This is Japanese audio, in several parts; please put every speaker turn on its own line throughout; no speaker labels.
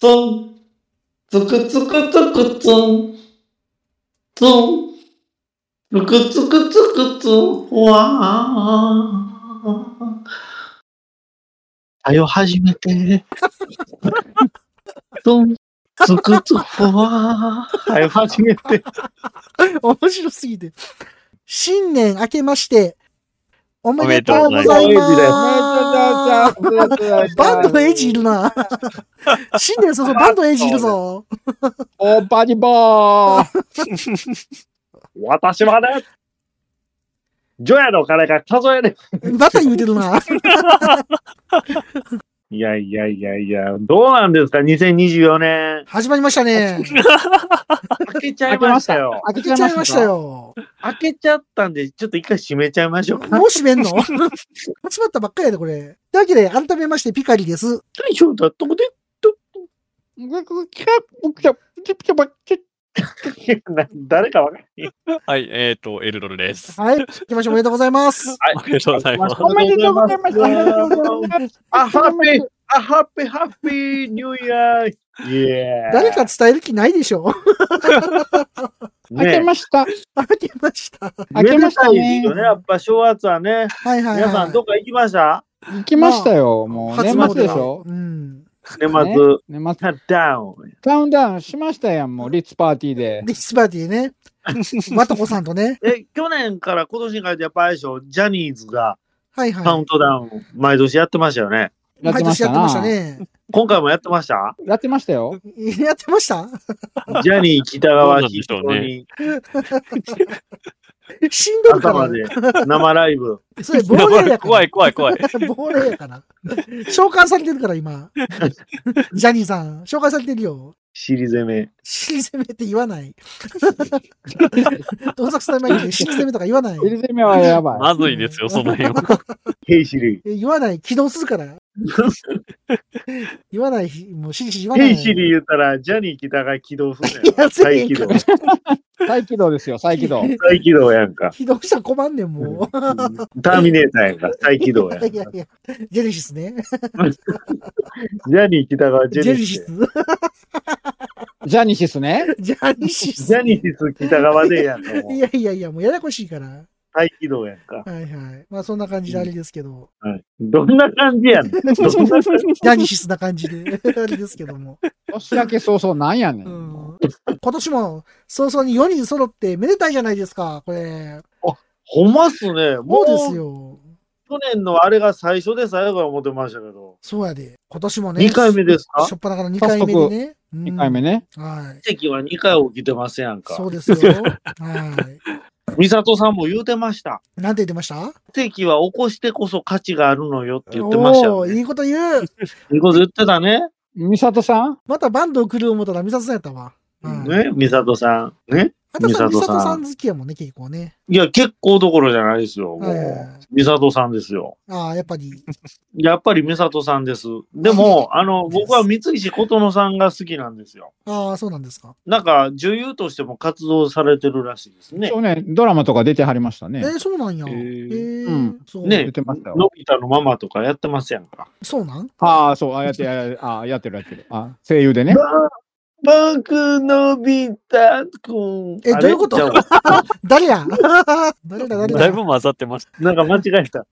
ツン。つくつくつくつん。つん。つくつくつくつん。わー。はよ始めて。つん。つくつくわー。はよ始めて。
面白すぎて。新年明けまして、おめ
め
で
で
と
と
う
う
ご
ご
ざ
ざ
い
い
ます。バンドのエイジいる な。新年早々バンドのエイジいるぞ。
オーパニボー私はね、ジョヤのお金が数える。
また言うてるな。
いやいやいやいや、どうなんですか、2024年。
始まりましたね。
開けちゃいましたよ。
開けちゃいましたよ。
開けちゃったんで、ちょっと一回閉めちゃいましょうか。
もう閉めんの始まったばっかりやで、これ。というわけで、改めまして、ピカリです。
大将だとこで、と、誰かわかんない。
はい、えっ、ー、と、エルドルです。
はい。行きましょう。おめでとうございます。
ありがとうございます。
おめでとうございます。あ、ハッピー、あ、ハッピー、ハッピー、ニューイヤー。イエー
誰か伝える気ないでしょ
開けました。
開けました。
開けました
めでたいですよね。や
ね。
っぱ正月はね、
はいはい、はい。
皆さんどっか行きました
行きましたよ。もう
初
年
詣だ
末でしょ。
うん。
年
ね
末。
年末。
ダウン。
ダウンダウンしましたやん、もう、リッツパーティーで。
リッチパーティーね。ワトコさんとね。
え、去年から今年にかけてやっぱ相性、ジャニーズが
はいはい。
カウントダウン、毎年やってましたよね。
やって
毎
まし
年や
た
ってました
な。
ね。
今回もやってま した
やってましたよ。
やってました
ジャニー北川ひ
そ
と
うなんで
に
死んどるか
頭
ら。
で生ライブ。
それ、亡霊やから。
怖い怖い怖い。
亡霊やから。召喚されてるから、今。ジャニーさん、召喚されてるよ。
尻攻め。
尻攻めって言わない。どんざくさん前に尻攻めとか言わない。
エルゼミはやばい。
まずいですよ、その辺は。
ヘイシリ。
え言わない。起動するから。言わない。もう、しりしり言わな
ヘ
い。
イシリ言ったら、ジャニー北川起動する
い
や
や
ん。
せえ
再
へん
起
か
動。
ら
再起動ですよ、再起動。
再起動やん か。
起動したら困んねん、もう。
ターミネーターやんか。再起動やんか。
いやいや、ジェネシスね。
ジャニー北川ジ
ジ
ェ
ェ
ニ
ネ
シ
シ
ス
ス。
ジャニシスね。
ジャニシス。
ジャニシス北川でやんか。もう
いやいやいや、もうややこしいから。
再起動やんか。
はいはい。まあそんな感じであれですけど、
はいどんな感じや ねん。どんな感じ
ジャニシスな感じで あれですけども。
年明け早々なんやね。
うんん、今年も早々に4人揃ってめでたいじゃないですか、これ。
ほんまっすね。
も
も
う
う
ですよ。
去年のあれが最初で最後だ思ってましたけど。
そうやで。今年もね。
2回目ですか
しょっぱなから2回目でね。
2回目ね。
うん。はい。
奇跡は2回起きてますやんか
そ。うですよ。は
美里さんも言うてました。
い。なんて言ってました
奇跡は起こしてこそ価値があるのよって言ってましたよ、
おーいいこと言う。
いいこと言ってたね。
美里さん
またバンドを来る思ったら美里さんやったわ。うん、
ね、美里さん。ね。
あとさ、美
美里
里
さん
さん好きやもんね、結構ね。
いや、結構どころじゃないですよ。も。
はいう
美里さんですよ。
ああ、やっぱり。
やっぱり美里さんです。でも、あの、僕は三石琴乃さんが好きなんですよ。
ああ、そうなんですか。
なんか、女優としても活動されてるらしいですね
そ。うね、ドラマとか出てはりました
え
ね。
ー、そうなんや。え
へー
ー
うん
そう
ね
出てましたよ。
のび太のママとかやってますやんか。
そうなん
ああ、そう、ああやって、ああ、やってるやってる。あ声優でね。
ば僕のび太くん。
え
あれ
どういうこと
ちゃわ
誰や誰だ誰だ
だいぶ混ざって ました。
なんか間違えた。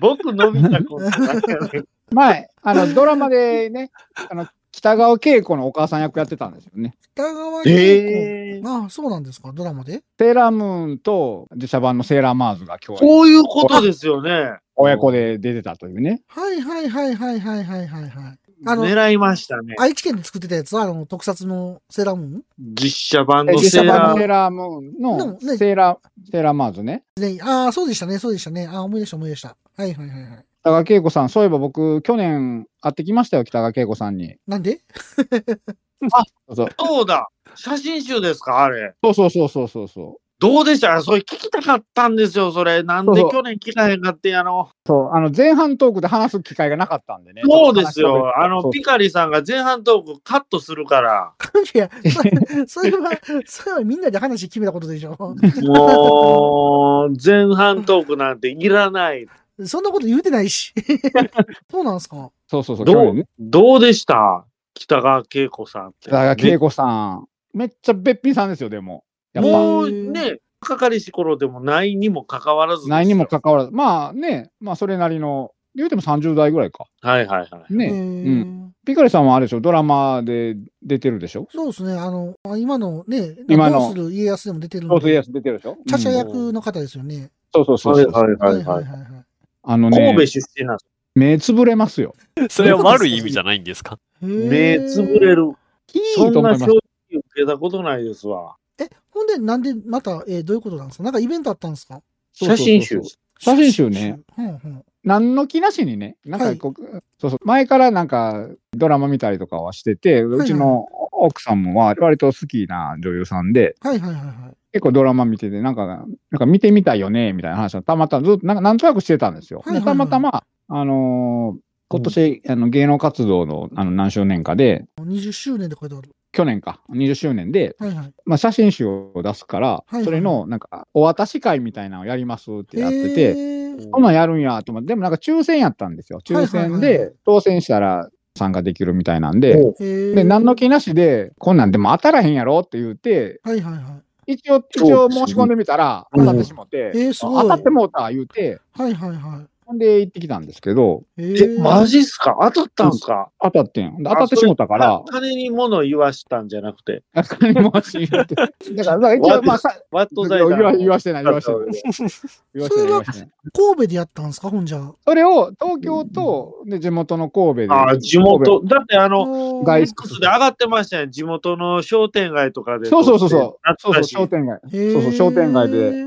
僕のび太くんってなんやねん。
前、あの、ドラマでね、 あの、北川景子のお母さん役やってたんですよね。
北川景
えー
子。ああ、そうなんですか、ドラマで。
セーラームーンと自社版のセーラーマーズが今日
こういうことですよね。
親子で出てたというね。
はいはいはいはいはいはいはいはい。あの、
狙いましたね。
愛知県で作ってたやつ、あの、特撮のセーラーム
実写版の
自
セ
社
ー
版
ラ
のセ
ー
ーラームーンの
でもね
セーラー、セーラーマーズね。
ーン、ね、ああ、そうでしたね、そうでしたね。ああ、思い出した思い出した。はいはいはいはい。
北川景子さん、そういえば僕、去年会ってきましたよ、北川景子さんに。
なんで
そうそう
そうだ。写真集ですかあれ。
そうそうそうそうそう。
どうでしたそれ聞きたかったんですよ、それ。なんで
そうそ
去
う
年聞かへんかってんやろ。
そう、あの、前半トークで話す機会がなかったんでね。
そうですよ。あ
そ
の、
う
ピカリさんが前半トークカットする から。
いや、それは、それはみんなで話決めたことでしょ。
もう、前半トークなんていらない。
そんなこと言うてないし。そうなんですか。
そうそうそう、去
ど
年
う
ね。
どうでした北川景子さんって。
北川景子さん。めっちゃべっぴんさんですよ、でも。やっぱ。
もうね、かかりし頃でもないにもかかわらずですよ。
何にもかかわらず、まあね、まあそれなりの、言うても30代ぐらいか。
はいはいはい。
え
ね。
ー
ピカリさんはあれでしょ、ドラマで出てるでしょ
そうですね。あの、あ今のね、
今の
どうする家康でも出てるん
そうそう、
で、
イエス出てるでしょ
茶々
うん
役の方ですよね。
そうそうそうそう。
はい
はいはい。
あのね
神、戸出身なんです
目つぶれますよ。
それは悪い意味じゃないんですか
へ
よ。
ー
目つぶれる。
い
そ
いと
ん
思
な
います
正。直受けたことないですわ。
え、ほんで、なんで、また、えーどういうことなんですかなんかイベントあったんですか
そうそう
写
そう
真集。
写真集ね。。
うんうん。
何の気なしにね、なんかこう、そうそう、前からなんかドラマ見たりとかはしてて、
はいう
ちの奥さんもわ割と好きな女優さんで、
はいはいはいはい。
結構ドラマ見てて、なんか、なんか見てみたいよね、みたいな話をたまたまずっとなんかなんとなくしてたんですよ。
はいはいはい
でたまたま、あのー今年、あの芸能活動のあの何周年かで、
20周年で書いてある。
去年か、20周年で、
はいはい。
まあ、写真集を出すから、
いはい
それの、なんか、お渡し会みたいなのをやりますってやってて、
へー
そんなんやるんやと思って、でもなんか抽選やったんですよ。抽選
はいはいは
で当選したら参加できるみたいなんで、
おう
へー
で、何の気なしで、こんなんでも当たらへんやろって言って、
はいはいは
一応、一応申し込んでみたら
うん
当たってしまって、
い。えー、すごい。
当たってもうた言うて、
はいはいは
ほんで行ってきたんですけど、
い。
え、マ
ジ
ジっすか当たったんすか
当たってん。で当たってしもうたから、
金に物言わしたんじゃなくて、
金回し言うて。だから、だから一応、まあ、さ
ワット財
言
団
わ
の
言わしてない、言わしてない。言わしてない、言わしてない。
神戸でやったんですかほんじゃあ。
それを東京と、で、地元の神戸で。
ああ、地元。だってあの、
の
外出
X で上がってましたね。地元の商店街とかで。
そうそうそうそう。
なっ
そうそ
た
う、
し
商店街。そうそう、商店街で。。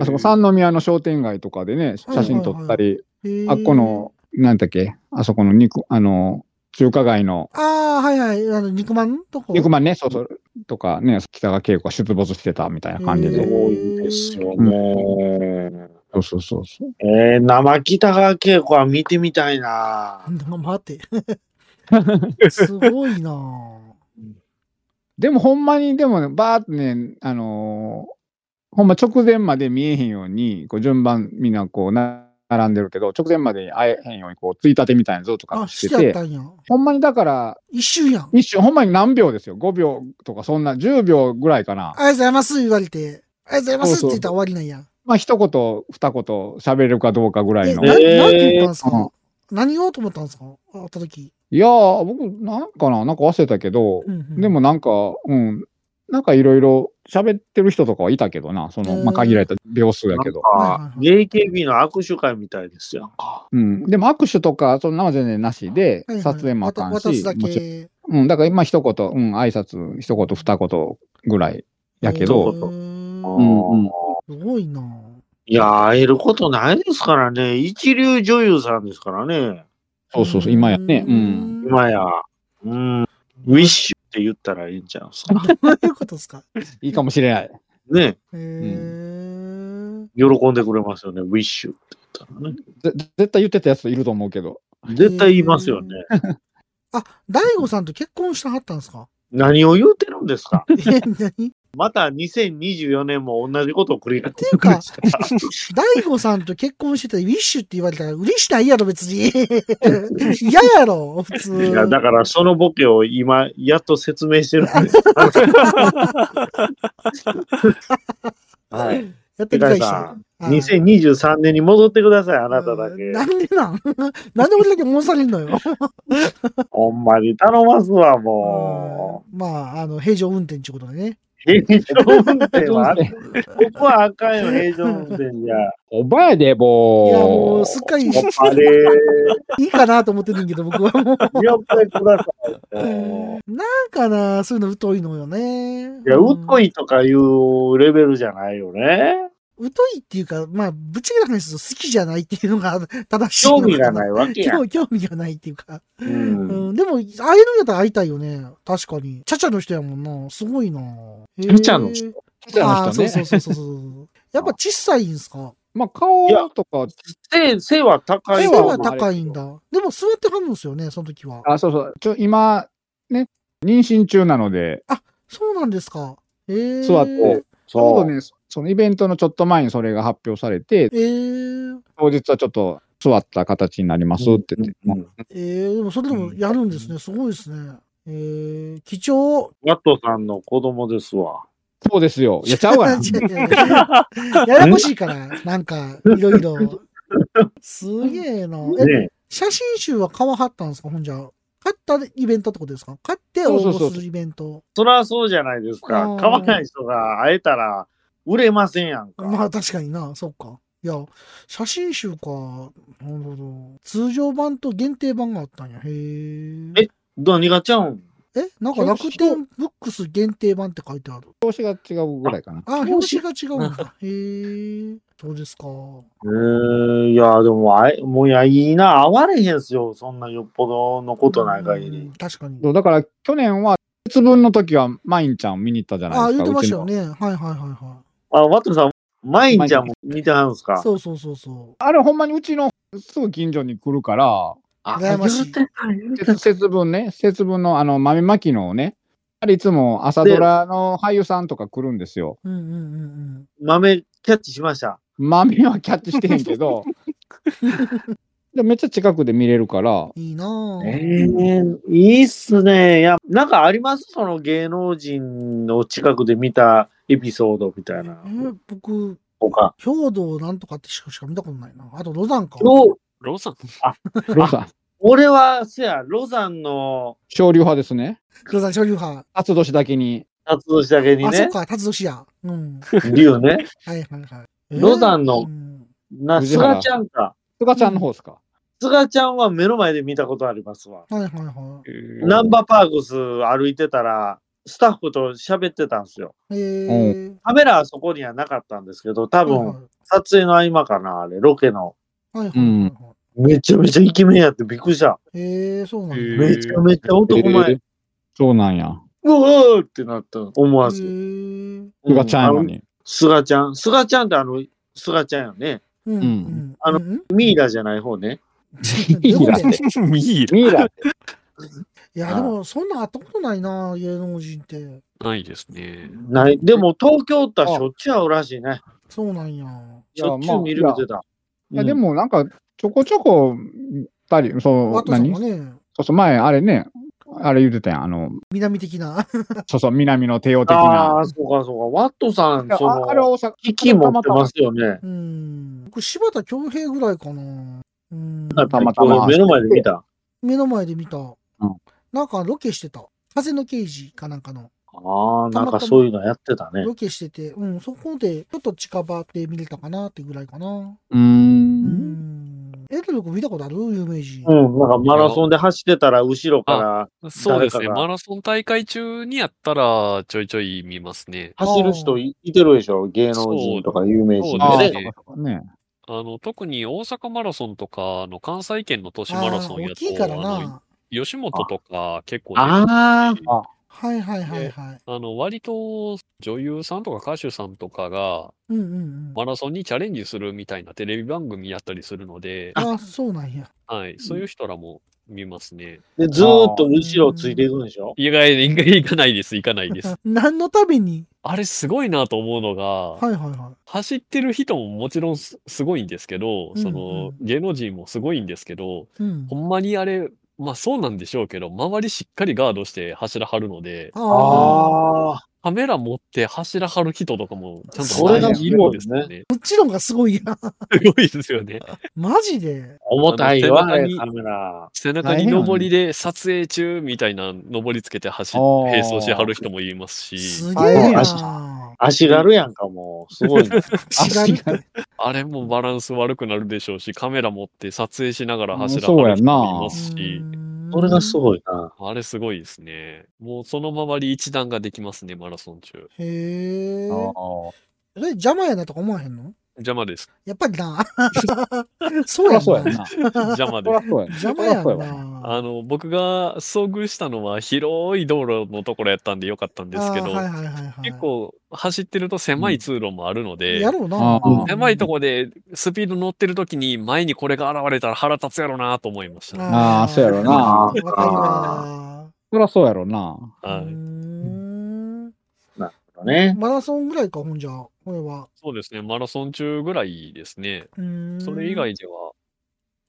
あそこ三宮の商店街とかでね、写真撮ったり、あっこの、なんだっけ、あそこの肉、あの、中華街の
ああ、はいはい。あの、肉まんとこ。
肉まんね、そうそう、とかね、北川景子が出没してたみたいな感じ
へ
で。
多いですよね。
そうそうそうそう。
えー、生北川景子は見てみたいな。
な 待て。すごいなぁ
でもほんまに、でもね、ばーってね、あのーほんま直前まで見えへんように、こう順番みんなこうな並んでるけど、直前まで会えへんように、こう、ついたてみたいな像とか
あ、して
し、
てやってたんや。
ほんまにだから、
一周やん。
一瞬、ほんまに何秒ですよ。5秒とか、そんな、10秒ぐらいか
あり
な。
がとうございます言われて、ありがとうございますって言ったら終わりなんや。
まあ、一言、二言喋れるかどうかぐらい
え、
の。
ななん
えー
て言ったんです
うん
か何言おうと思ったんですか会った時。
いやー、僕、なんかな、なんか忘れたけど、で
で、
もなんか、うん、なんかいろいろ喋ってる人とかはいたけどな、その、まあ、限られた秒数やけど。
あ
はい
AKB の握手会みたいですよ。
うん。でも握手とか、そんなのは全然なしで、
はいはい
撮影もあかん
わた
し、
私だ
もちろ
け。
んうん、だから今一言、うん、挨拶、一言、二言ぐらいやけ
へ
ど、
ー
うんうん
すごいなぁ
いや、会えることないですからね。一流女優さんですからね。
そうそうそう、今やね、うん。。
ど
今や。うん。ウィッシュって言ったらいいんちゃうんすか。
う いうことですか
いいかもしれない。
ね。
へー
喜んでくれますよね。ウィッシュって言ったらね。
ぜ絶対言ってたやついると思うけど。
絶対言いますよね。
あ、大悟さんと結婚したはったんですか
何を言うてるんですか
え、何
また2024年も同じことを繰り返
っていうか
す。ていうか、
大悟さんと結婚してて、ウィッシュって言われたら嬉しないやろ、別に。 嫌やろ、普通。
いや、だからそのボケを今、やっと説明してるんです。はい。
やっ
世
てみた
界
いし。
さん、
はい
2023年に戻ってください、あなただけ。
なんでなん なんで俺だけ戻されんのよ。
ほんまに頼ますわ、も
うん まあ、あの、平常運転ってことでね。
う。平常運転は、僕はあかんよ、平常運転じゃ。
おばやで、
いや、
ぼ
も
ー
う、すっかり
あれ、
いいかなと思ってるんやけど、僕はもう。
やってください。も
なんかな、そういうの疎いのよね。
ういや、うっと
い。
いとかいうレベルじゃないよね。
疎いっていうか、まあ、ぶっちゃけた話ですると好きじゃないっていうのが正しいの
興
か
味がないわけや。
興興味がないっていうか。
うん
うん、でも、会えるんやったら会いたいよね。確かに。チャチャの人やもんな。すごいな。チ
ャチャの人
チャの人ね
ああ、そうそうそうそう そう。やっぱ小さいんすか
まあ、顔とか、
背、背は高い
背
背
わ
は高いんだ。でも座ってはるんですよね、その時は。
あ、そうそう、ちょ、今、ね、妊娠中なので、
そうなんですか。えー、
座って、ち
そ
ょうど
う。
ね、そそのイベントのちょっと前にそれが発表されて、
えー、
当日はちょっと座った形になりますって言って、
うん
えー、でもそれでもやるんですね。すごいですね。えー、貴重。
ワットさんの子供ですわ。
そうですよ。 いや、ちゃうわな。
違う違う違うややこし いから、なんか、いろいろ。すげえな。え、
ね
写真集は買わはったんですかほんじゃ。買ったイベントってことですか買って応募するイベント。
そりゃそうじゃないです
う
か
ん。
買わない人が会えたら売れませんやんか。
まあ確かにな、そうか。いや、写真集か。なるほど。通常版と限定版があったんや。へえ。
え何がちゃうん
え、なんか楽天ブックス限定版って書いてある。
表紙が違うぐらいかな。
あ、表紙が違うん だ。へえ。そうですか。
えー、いや、でも、あいもういや、いいな、会われへんすよ。そんなよっぽどのことない限
う
り
ん。確かに。
そうだから、去年は、節分の時は、マインちゃんを見に行ったじゃ
あ
な
あ、
い
言
です
って
か。
ましたよ
うちの
ね。はいはいはいは
あ、ワットさん、マインちゃんも見てはるんす
い。
か
そうそうそうそう。
あれ、ほんまにうちのすぐ近所に来るから、
あ
羨ましい。
節節分ね、節分のあの豆まきのをね、あれいつも朝ドラの俳優さんとか来るんですよ。
うんうんうん
豆キャッチしました。
豆はキャッチしてへん けど、でめっちゃ近くで見れるから、
うん。いいなぁ。
えー、いいっすね。いや、なんかありますその芸能人の近くで見たエピソードみたいな
え。ー僕、
とか。
兵道なんとかってしかしか見たことないな。あと、ロザンか。
今日、
ロさん
ロザン、
俺は、せや、ロザンの
昇流派ですね。
ロザン、昇竜派。
初年だけに。
達年だけに
あ、そ
ね
う、か、辰年や。うん。
竜ね。
はいはいはい。
ロザンの
うん
な、
藤
ス
原
ガちゃんか。
すがちゃんの方ですか、
スガちゃんは目の前で見たことありますわ。
はいはいは
ナンバーパークス歩いてたら、スタッフと喋ってたんですよ。
い。えー。
カメラはそこにはなかったんですけど、多分、撮影の合間かな、あれ、ロケの。
はいはいはいは
う
い
ん
はい。
めちゃめちゃイケメンやってびっくりした。
えー、そうなんだ。
へー
めちゃめちゃ男前。
えーそうなんや。
うわーってなった思わ
え
ず。
ー
すがちゃんやの
う。
に。
スガちゃん。スガちゃんってあの、スガちゃんよね。
うんうん。
あの
うん、
ミイラじゃない方ね。
どこでい
ミイ
ミイラ、
や、でも、そんなんあったことないな、芸能人って。
ラないですね。
ない。でも東京おったらしょっちゅう会うらしいね。
そうなんや。
い
し
や
ょっちゅう見る
まあ
見てた。
いやでもなんか、ちょこちょこ、たり、そ
ワ
う、
トさん
何
はね、
そうそう、前、あれね、あれ言うてたやん。あの、
南的な。
そうそう、南の帝王的
あ
な。
あ、そうかそうか。ワットさん、
いや
そ
ああれは
の、
大阪。
危機持ってますよね。
うん。僕、柴田恭平ぐらいかな。うん。
たまたま
目の前で見た。
目の前で見た。
ん
なんかロケしてた。風の刑事かなんかの。
ああ、なんかそういうのやってたね。
ロケしてて、うん、そこでちょっと近場で見れたかなってぐらいかな。
うー。
うんん。エルロ君見たことある有名人。
うん、なんかマラソンで走ってたら、後ろから
そうです
誰か
ね。
が
マラソン大会中にやったら、ちょいちょい見ますね。
走る人いいてるでしょ芸能人とか有名人
ああ、
そう
で
そ
です
う
ね。
かそうかね。
あの、特に大阪マラソンとか、あの、関西圏の都市
あ
マ
あ
ラソンや
大きいから
と、あの、
な。
吉本とか結構出てるし
ああ、
はいはいはいはい。
あの、割と女優さんとか歌手さんとかが
うんうんうん。
マラソンにチャレンジするみたいなテレビ番組やったりするので、
ああ、そうなんや。
はい、そういう人らも見ますね。
で、ずーっと後ろついていくんでしょ
意外に行かないです、行かないです。
何のために
あれすごいなと思うのが、
はいはいはい。
走ってる人ももちろんすすごいんですけど、そ
うんう
の
ん
芸能人もすごいんですけど、
うん
ほ。んまにあれ、まあそうなんでしょうけど、周りしっかりガードして走らはるので、
ああ。
あ
カメラ持って走らはる人とかもちゃんと
それが
周りにいるんですよね。
こっちの方がすごいや。
すごいですよね。
マジで。
重たいわ、あ
あの
れ
背中に
カメラ。
背中に登りで撮影中みたいな登りつけて走っ
あー
並走してはる人もいますし、
すげえな。
足軽やんか、もう。すごいね。
足軽って
あれもバランス悪くなるでしょうし、カメラ持って撮影しながら走ら
うんそう
は
や
る
ん
人
な
もいますし、
それがす
い。
ごいな。
あれすごいですね。もうその周り一段ができますね、マラソン中。
へえ。
あ
それ邪魔やなとか思わへんの
邪魔 です。
やっぱり な。そう
そ
やん
らそうやん
な。
な。
邪
そ
魔で
ら。そう
す
やんな。
邪魔やん
そらそうやわ
な。
あの、僕が遭遇したのは広い道路のところやったんでよかったんですけ
あ
ど
ー、はいはいはいはい、
結構走ってると狭い通路もあるので、
やろうな
あ。ー
狭いとこでスピード乗ってる時に前にこれが現れたら腹立つやろなと思いましたね。は
ああ、そうやろな。
わ
あ
かるわ。
そらそうやろな。
うー
い。
ん
ね。
マラソンぐらいか、ほんじゃ、これは。
そうですね。マラソン中ぐらいですね。
うーん
それ以。外では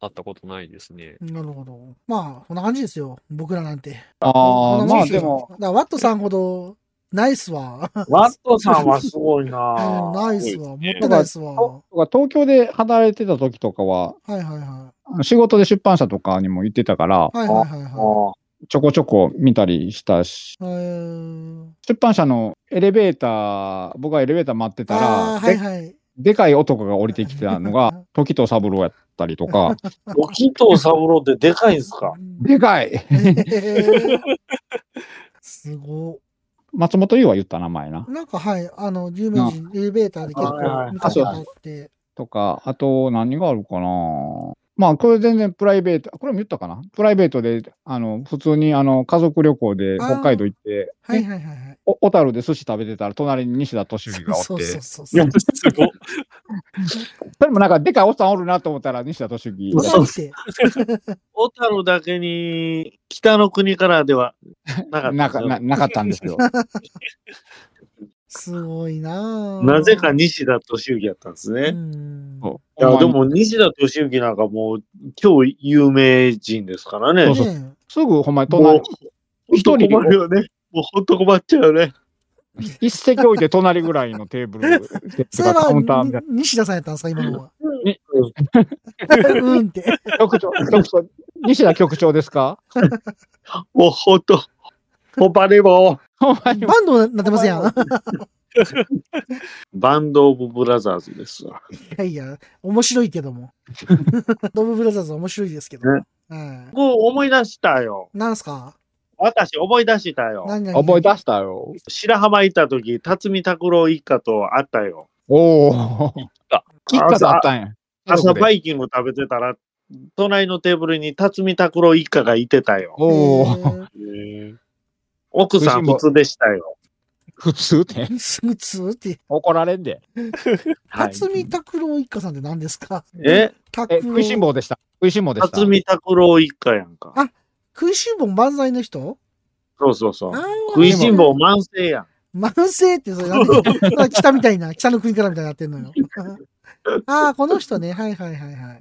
会ったことないですね。
なるほど。まあ、こんな感じですよ。僕らなんて。
あ
こ
あ、
んな
ま
も
あ
んすよ
でも、。
だからワットさんほど、ナイスは。
ワットさんはすごい
うん
な
ナイスは。もったいないですわ。は
東京で働いてた時とかは、
いはいは
あの仕事で出版社とかにも行ってたから
い。、はいはいはいは
あ
ちょこちょこ見たりしたし、
い。えー
出版社のエレベーター、僕がエレベーター待ってたら、
あーはい
で
はい。
でかい男が降りてきてた のが、時と三郎やったりとか、
沖藤三郎ってでかいんすか
でかい
すご
松本優は言った名前な。
い。なんかはい、あの、有名人、エレベーターで結
はいはいは
構
い
見かけたって。
とか、あと何があるかなまあ、これ全然プライベート、これも言ったかなプライベートで、あの、普通に、あの、家族旅行で
あー
北海道行って、
はいはいはいはい。
お小樽で寿司食べてたら、隣に西田敏行がおっ て、
そうそうそう
い
そ
や
う。、
すごい。
それもなんか、でかいおっさんおるなと思ったら、西田敏行
小
が
樽って
小樽だけに、北の国からではなかった。
なかななかったんで すよ。
すごいなぁ
なぜか西田敏行やったんです
う
ね。
ん。
そ
いうや、でも西田敏行なんかもう、超有名人ですからね。
そうそう
ね
すぐほんまに
もう
隣、、一人
ほんと困るよね。もうほんと困っちゃうよね。
一席置いて隣ぐらいのテーブル、テーブル
それ
がカウンター
は
みたい、
に西田さんやったんですか、今のは。
ね
うんって。
な。局長、局長、西田局長ですか
もうほんと、ほばれも。
ほんまに
バンドになってますやん。い
バンド・オブ・ブラザーズですわ。
やいや、面白いけど も。ドブブラザーズ面白いですけど。
ね
はい
もう思い出したよ。
なんすか
私思い出したよ。
何々
覚え出したよ。
白浜行った時、辰巳拓郎一家と会ったよ。
おお。きっかけあったんや。
朝
家族
バ
で
イキング食べてたら、隣のテーブルに辰巳拓郎一家がいてたよ。
お
えー
お。
奥さん普通でしたよ。
普通って
すぐつーって。
怒られんで。
はい
辰巳拓郎一家さんって何ですか
え
拓
え、
郎
食いしん坊でした。食いしん坊でした。
辰巳拓郎一家やんか
あ。食いしん坊万歳の人
そうそうそう。
あー
食いしん坊満世やん。
万世ってそれ何北みたいな、北の国からみたいになって んのよ。ああ、この人ね。はいはいはいはい。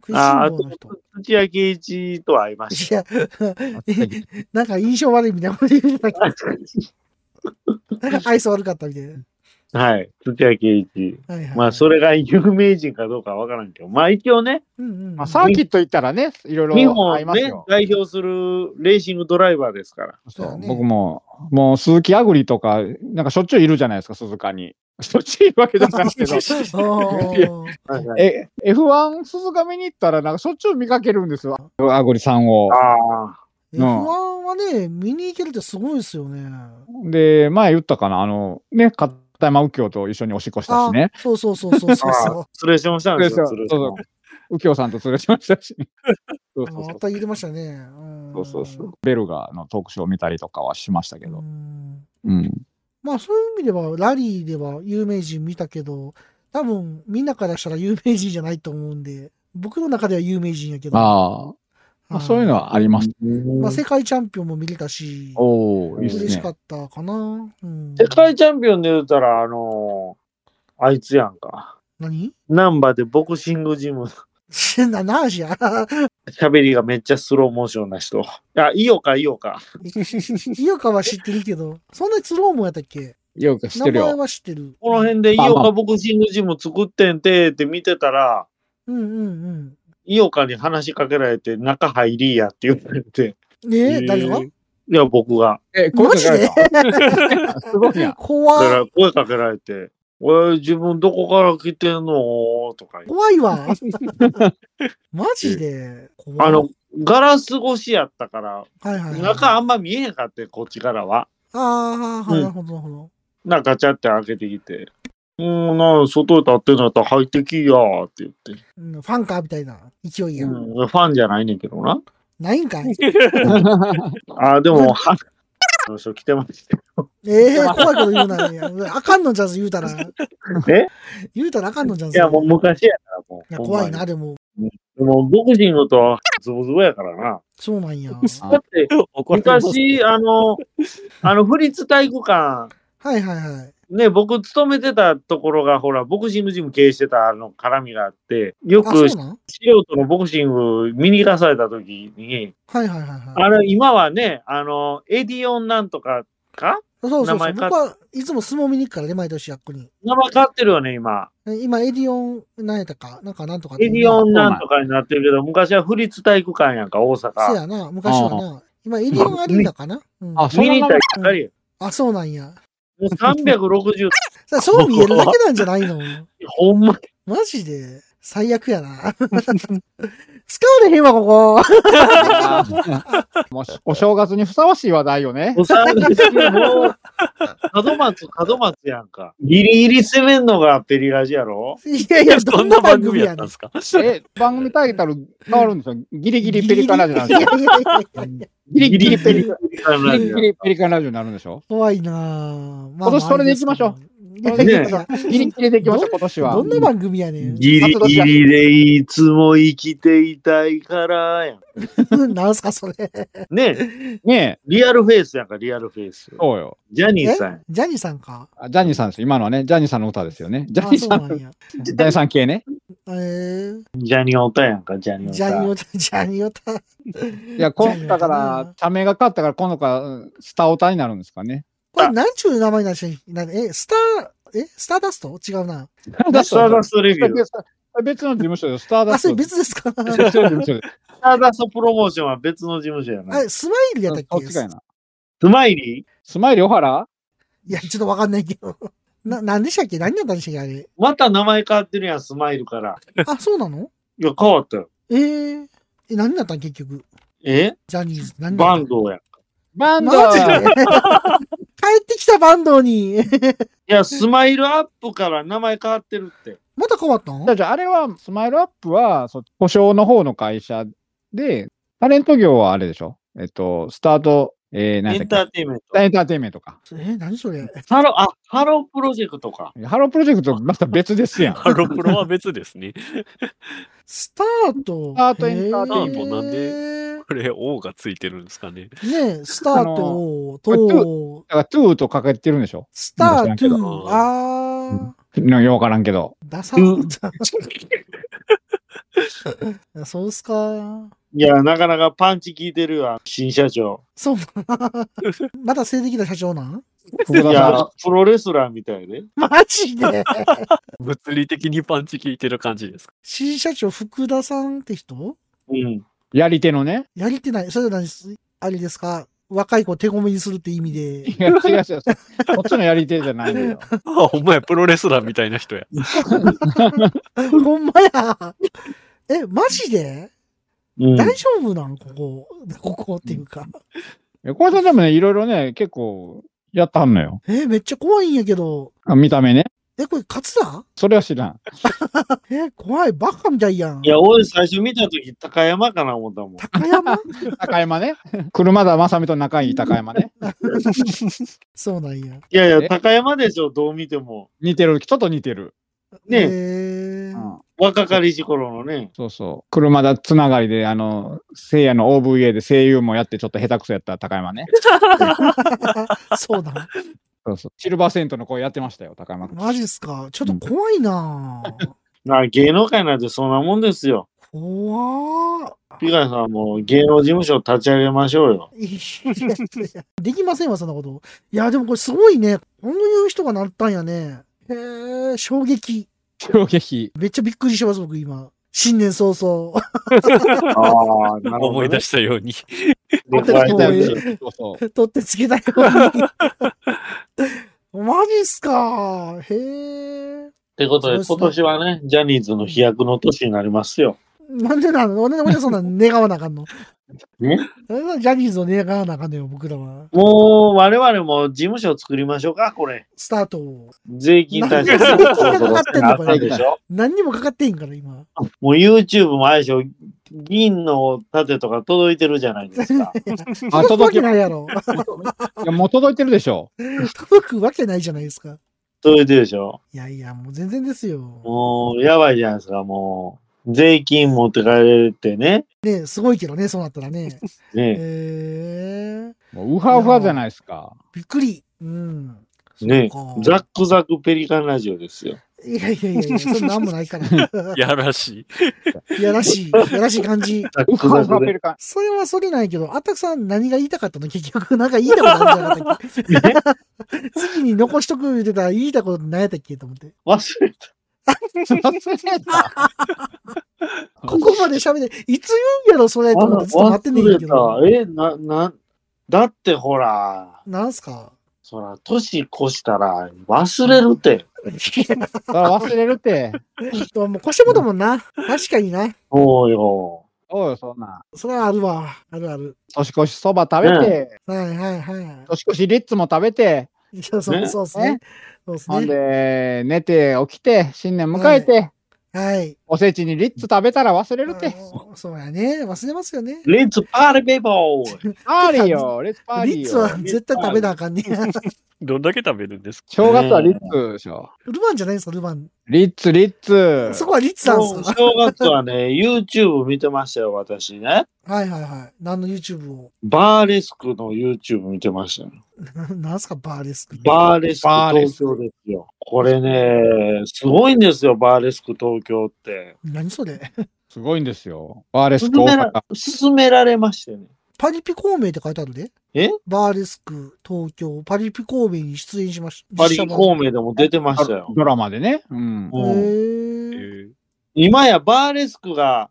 食いしん
ああ
坊の人
と。、土屋圭一と会いまし
いや、 なんか印象悪いみたいなこと言うな。
た。
愛想悪かったみたいな。
はい。土屋圭一。
はいはい、
まあ、それが有名人かどうかわからんけど、まあ一応ね、
うんうんうん
まあ、サーキット行ったらね、いろい
日
ろ
本
あり
を
ます
ね
よ、。
代表するレーシングドライバーですから。
そ
そう
う
ね
僕も、もう鈴木あぐりとか、なんかしょっちゅういるじゃないですか、鈴鹿に。しょっちゅういるわけじゃないですけど。
おー
え、F1 鈴鹿見に行ったら、なんかしょっちゅう見かけるんですよ、あぐりさんを
あ。あ。
うん
F1 はね、見に行けるってすごいですよね。
で、前言ったかな、あの、ね、片山右京と一緒におしっこした
あ
しね。
そうそうそうそうそうそ
失礼しましたんですよ。
そう
失礼し
そう
まし
右京さんと連れてました し。そう
う。
そう
ま
そう
た言ってましたね。ん
そうそうそう。ベルガーのトークショーを見たりとかはしましたけ
う
ど。
ん
うん。
まあそういう意味では、ラリーでは有名人見たけど、多分みんなからしたら有名人じゃないと思うんで、僕の中では有名人やけど。
ああ、まあ、
はい
そういうのはあります。
まあ世界チャンピオンも見れたし、
おお、いい
嬉
です
し
ね
か。ったかな。うん
た世界チャンピオンで言うたら、あのーあいつやんか。
何
ナンバでボクシングジム、
な、なあじゃ。
喋りがめっちゃスローモーションな人。あ、いいよか、いいよか。
井岡は知ってるけど、そんなにスローもやったっけ
よく知っ
名
てる
前
よ。
は知ってる。
この辺で、いい
まあ
よ
まあ
かボクシングジム作ってんて、って見てたら、
うんうん
井岡に話しかけられて、中入りやって言われて。
うん。ねえ、誰が
いや、僕が。
え、
マ
声
ジ
かけら
で
れたすごいやん。
だか
怖
ら声かけられて、俺、自分どこから来てんのとか言って
怖 いわ。マジで怖い
あの、、ガラス越しやったから、
はいはいはい、
中あ
あ
んま見えへんかって、こっちからは。
あー、は
う
い
ん
なるほど、なるほど。
な、ガチャって開けてきて。うん、なん外で立ってんのやったら入ってきいやーって言って。
うんファンかみたいな勢いや、
うん、ファンじゃないねんけどな。
ないんか い
あー、でも、 は、あの人来てましたよ。
ええ怖いこと言うなね。あかんのじゃんす、言う たら。
え
言うたらあかんのじゃん
いや、もう昔やから、も。
いうや
ほんま
怖い
に
な、。でも。
でも、ボクシングとはズボズボやからな。
そうなんや。
あ
は
だ って、
怒られます。
昔、あの、あの、不立体育館
いはいはい。
ね、僕勤めてたところが、ほら、ボクシングジム経営してたあの絡みがあって、よ
あ、そ
く
う
素
なん
人のボクシング見に行かされた時に、
はいはいはいはい。
あれ、今はね、あの、エディオンなんとかか
そうそう
名
そう。
前か
僕はいつも相撲見に行くからね、毎年役に。
名前変わってるよね、今。
え今、エディオン、なんやったか、なんかなんとかって
エ
いう
デ
ね。
ィオンなんとかになってるけど、昔は府立体育館やんか、大
そう
阪。
やな、昔はな。今、エディオンアリーナかな、うん、
あ、そ
見
ん
に行
な
ったらばっかりや。
あ、そうなんや。
もう360、
さそう見えるだけなんじゃないの
ほんまに
マジで、最悪やな。使われへんわ、ここ。
もうお正月にふさわしい話題よ ね。
お騒がせでもう、門松、門松やんか。ギリギリ攻めんのがペリラジやろ
いやいや、ど
ど
ん
ん
な
な
番
番
組
組
や
や
ね
ったん
ん
ですか
え、番組タイトル変わるんですよ。ギリギリペリカンラジオなん
い
で
や
す
い
よ。
やいやいや
ギリギリペリカン
ラ
ギ
ジ
リ
オ
ギリペリカンラジオになるんでし ょ
怖いなぁ。ま
今年それで行きましょ
う。いやいやいや
ギリギリでいきましょう、今年は
ど。んな番組やねん。
ギリギリでいつも生きていたいからやん。
なんすか、それ。
ね
ねえ、
リアルフェイスやんか、リアルフェイス。
そうよ。
ジャニーさん。
ジャニーさんか。
あジャニーさんですよ。今のはね、ジャニーさんの歌ですよね。ジャ
あ、
ニー
そう
さ、
なんんや。
ジャニーさん系ね。
えー、
ジャニオタやんか、ジャニオ
ジャニ
タ。
オタ、ジャニオタ。
いや、今度だから、社名が変わったから、今度からうんスターオタになるんですか ね。
これ、なんちゅう名前なんしなえ、スター、え、スターダスト違うな。
スターダストレビュー。ス
別の事務所でスターダ
あ、
ス
そ
ト
れ。別ですか
別の事務所で
ターダストプロモーションは別の事務所やな。
あスマイルやったっ
そっ
け
ちかいな。
スマイリー
スマイル小原
いや、ちょっとわかんないけど。 な、なんでしたっけ何やったんでしたっけあれ。
また名前変わってるやん、スマイルから。
あ、そうなの
いや、変わったよ。
えー、え、何だったん結局。
え
ジャニーズ。何だった
バンドやん。い
バンド
マジで 帰ってきたバンドに。
や、スマイルアップから名前変わってるって。
また変わったん
じゃあじゃああれは、スマイルアップは、そ故障の方の会社で、タレント業はあれでしょえっと、スタート、えー、何
エ
だっ
ンター
け
テインメン
エ
ト。
ンターテインメントか。
え、何それ
ハロー、あ、ハロープロジェクトか。
ハロープロジェクトまた別ですやん。
ハロプロは別ですね。
スタート。
スタートエンターテイン
メントなん
で
これ、王がついてるんですかね。
ねえ、スタート
あの
と、
だから、トゥーとかけてるんでしょ
スタートゥ
う
ー、あ
なんかようわからんけど。
ー、ダサーそうっすか。
いや、なかなかパンチ効いてるわ、新社長。
そうな。まだ性的な社長なん
福
い
田
や
さ、
プロレスラーみたいで。
マジで
物理的にパンチ効いてる感じですか。
新社長福田さんって人
うん。
ん、やり手のね。
やりてない。それは何すあれですか若い子を手こめにするって意味で。
いや、違う違う。こっちのやり手じゃないのよ。
あ、ほんまや、プロレスラーみたいな人や。
ほんまや。え、マジで、
うん、
大丈夫なんここ。ここっていうか。
え小林さんでもね、いろいろね、結構、やったはんのよ。
え、めっちゃ怖いんやけど。
あ見た目ね。
え、これカツラ
それは知らん。
え、怖い。バカみたいやん。
いや、俺最初見たとき、高山かな思ったもん。
高山
高山ね。車田正美と仲いい高山ね。
そうなんや。
いやいや、
え
高山でしょ、どう見ても。
似てる、ちょっと似てる。
ねえ
えー
若かりし頃のね。
そうそう。車田つながりで、あの、聖夜の OVA で声優もやって、ちょっと下手くそやった高山ね。
そうなん。
そうそう。シルバーセントの声やってましたよ、高山。
マジっすか。ちょっと怖いなぁ。
なあ芸能界なんてそんなもんですよ。
怖ー
ピカさんも芸能事務所立ち上げましょうよ。
いやいやできませんわ、そんなこと。いや、でもこれすごいね。こういう人がなったんやね。へえ、衝撃。
衝撃。
めっちゃびっくりしてます、僕今。新年早々。
ああ、な
思い出したように。
るほどね
思い出し
そうそう。
取ってつけたように。 マジっすか。へえ。
ってこと
そうで
で、
すね
今年はね、ジャニーズの飛躍の年になりますよ。
なんでなのなんで俺そんな願わなあかんの
ね
なんでジャニーズを願わなあかんのよ、僕らは。
もう、我々も事務所作りましょうか、これ。
スタート。
税金対策。
なんで税金がかかってんのこれ
あったでしょ
何にもかかってへんから、今。
もう YouTube もあれでしょ、銀の盾とか届いてるじゃないです か。
あ、
届くわ
届
け
け
ないやろ。
いやもう届いてるでしょ。
届くわけないじゃないですか。
届いてるでしょ。
いやいや、もう全然ですよ。
もう、やばいじゃないですか、もう。税金持って帰れてね。
ねすごいけどね、そうなったらね。
ね
えー、
もうウハウハじゃないですか。
びっくり。うん。
ね
そうか
ザックザクペリカンラジオですよ。
いやいやいやいや、そんなんもないから。い
やらしい。
やらしい、いやらしい感じ。
ザ
う
ック
わう
ザ
わ
ク
ペ
で。
ルカン。
それはそれないけど、あたくさん何が言いたかったの結局、なんか言いたことあるんじゃなかったっけ 次に残しとく言ってたら言いたこと何やったっけと思って。
忘れた。
忘れた。
ここまで喋って、いつ言うんやろ、それと思ってずっと待ってんねんけど。
忘れたえ、な、な、だってほら、
なんすか
そら、年越したら忘れるて。
あ忘れるって。
もう腰元もんな。確かにな。
そうよ。
おうよ、そんな。
それはあるわ。あるある。
年越しそば食べて、
はいはいは
年越しリッツも食べて、
い。いや、そう
ね
そうですね。そうです
ほん
ね。
で、寝て、起きて、新年迎えて、
はい。
おせちにリッツ食べたら忘れるって。
あそうやね。忘れますよね。
レッツパーリーベイボーイ
パーリーよ、レッツパーリ
リッ
ー
ツ
よ
は。絶対食べなあかんね。
どんだけ食べるんですか
正月はリッツでしょ。
ルバンじゃないんですか、ルバン。
リッツ、リッツ。
そこはリッツなん
そう
ですか
正月はね、YouTube 見てましたよ、私ね。
はいはいはい。何の YouTube を。
バーレスクの YouTube 見てましたよ。
ななんすか、バーレスク。
バーレスク
バーレス
東京ですよ。これね、すごいんですよ、バーレスク東京って。
何それ。
すごいんですよ。バーレス
勧
ク
め
大阪
ら。勧められましてね。
パリピ孔明って書いてあるで。
え
バーレスク、東京、パリピ孔明に出演しました。
パリ孔
明。
明でも出てましたよ。
ドラマでね。うん。
う
へ
ん
え
ー
ー
今やバーレスクが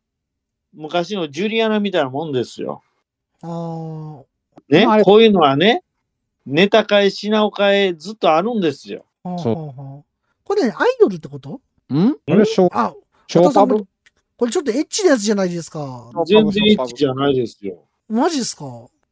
昔のジュリアナみたいなもんですよ。
あー
ね
まああれ、
こういうのはね、ネタ替え、品を替え、ずっとあるんですよ。
はあ。
そう
はあはあこれ、ね、アイドルってこと
んこれ、ショ
あ、
超パ
お父さ
ブ
ん。これちょっとエッチなやつじゃないですか。
全然一致じゃないですよ。
マジですか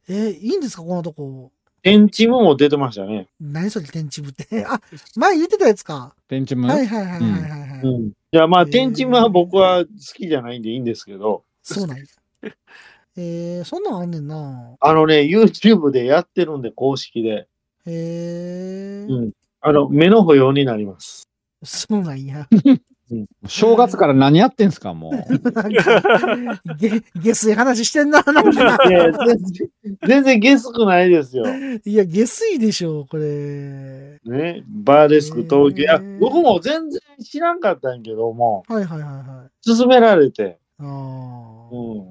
えーいいんですかこんなとこ。
天地ムも出てましたね。
何それ、天地部って。 あ、前言ってたやつか。
電池も
は
ね
い。はいはいはいはいはい。
うん。いや、ま
へ
あ、
ー
天地ムは僕は好きじゃないんでいいんですけど、
そうなんや。 えー、そんなんあんねんな。
あのね、YouTube でやってるんで、公式で。
へえー、
うんあの、目の保養になり ます。
そうなんや。
正月から何やってんすか、も
な
う。
んか、げ、下水話してんな、 なんか。
いや全然、全然ゲスくないですよ。
いや、下水でしょ、これ。
ね、バーレスク東京。いや
へー
僕も全然知らんかったんやけども、
はいはいはいはい。
勧められて、
あ
う
あ、は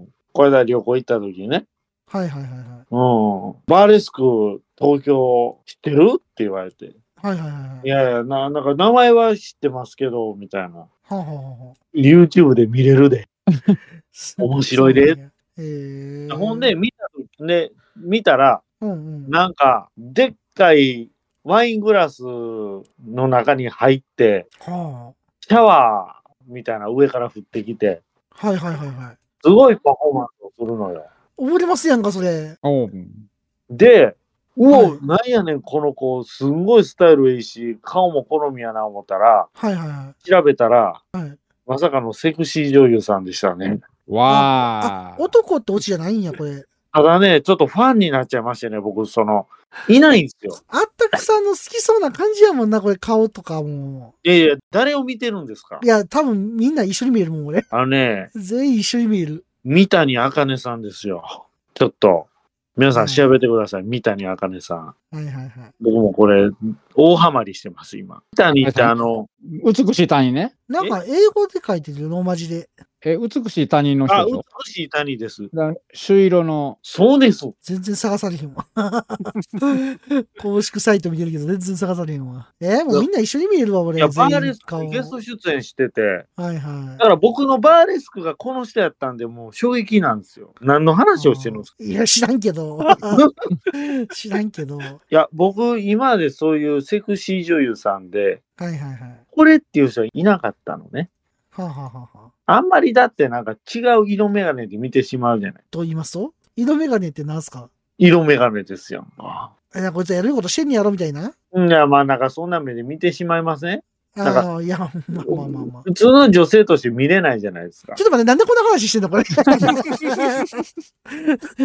ん。これだ旅行行った時にね、
いはいはいはい。
うん。バーレスク東京知ってるって言われて、
はいはいはいはいい。
やいや、ななんか名前は知ってますけど、みたいな。
はあ、はあはあ
YouTube で見れるで。 面白いで。
そうなんやえー、
ほんで、、見た時ね、見たら、
うんうん。
なんか、でっかいワイングラスの中に入って、
は
シャワーみたいな上から降ってきて、
あ、はいはいはいはい。
すごいパフォーマンスをするのよ。
覚えてますやんか、それ。
おう
で、うお、
はい
なんやねん、この子、すんごいスタイルいいし、顔も好みやな思ったら、
はいはいはい。
調べたら、
はい
まさかのセクシー女優さんでしたね。
わあ。
男ってオチじゃないんや、これ。
ただね、ちょっとファンになっちゃいましてね、僕、その、いないんですよ。
あったくさんの好きそうな感じやもんな、これ、顔とかも。
いやいや、誰を見てるんですか
いや、多分みんな一緒に見えるもん、俺。
あのね、
全員一緒に見える。
三谷茜さんですよ。ちょっと、皆さん調べてください。三谷茜さん。
はいはいはい。
僕もこれ、大ハマりしてます、今。三谷ってあの、
美しい他人ね。
なんか英語で書いてるよ、ローマ字で。
え、美しい他人の
あ、
人でしょ
美しい谷です。
だ朱色の。
そうです。
全然探されへ んわ。公式サイト見てるけど、全然探されへんわ。えーもうみんな一緒に見えるわ、俺。
いや、バ
全
ーレ
員
スク
顔
に。ゲスト出演してて、
はいは
だから僕のバーレスクがこの人やったんで、もう衝撃なんですよ。何の話をしてるんですか
い。いや、知らん けど。知らんけど。はい
いや、僕、今までそういうセクシー女優さんで、
はいはい。は
これっていう人はいなかったのね。
あ、はあはあはあ、
あんまりだってなんか違う色眼鏡で見てしまうじゃない。
と言いますと色眼鏡って何すか
色眼鏡ですよ。
えなんかこいつやることしてんねやろみたいな。
うんいや、まあなんかそんな目で見てしまいませんなんか
ああ、いや、まあまあまあまあ。
普通の女性として見れないじゃないですか
ち。ょっと待って、なんでこんな話してん のこれ。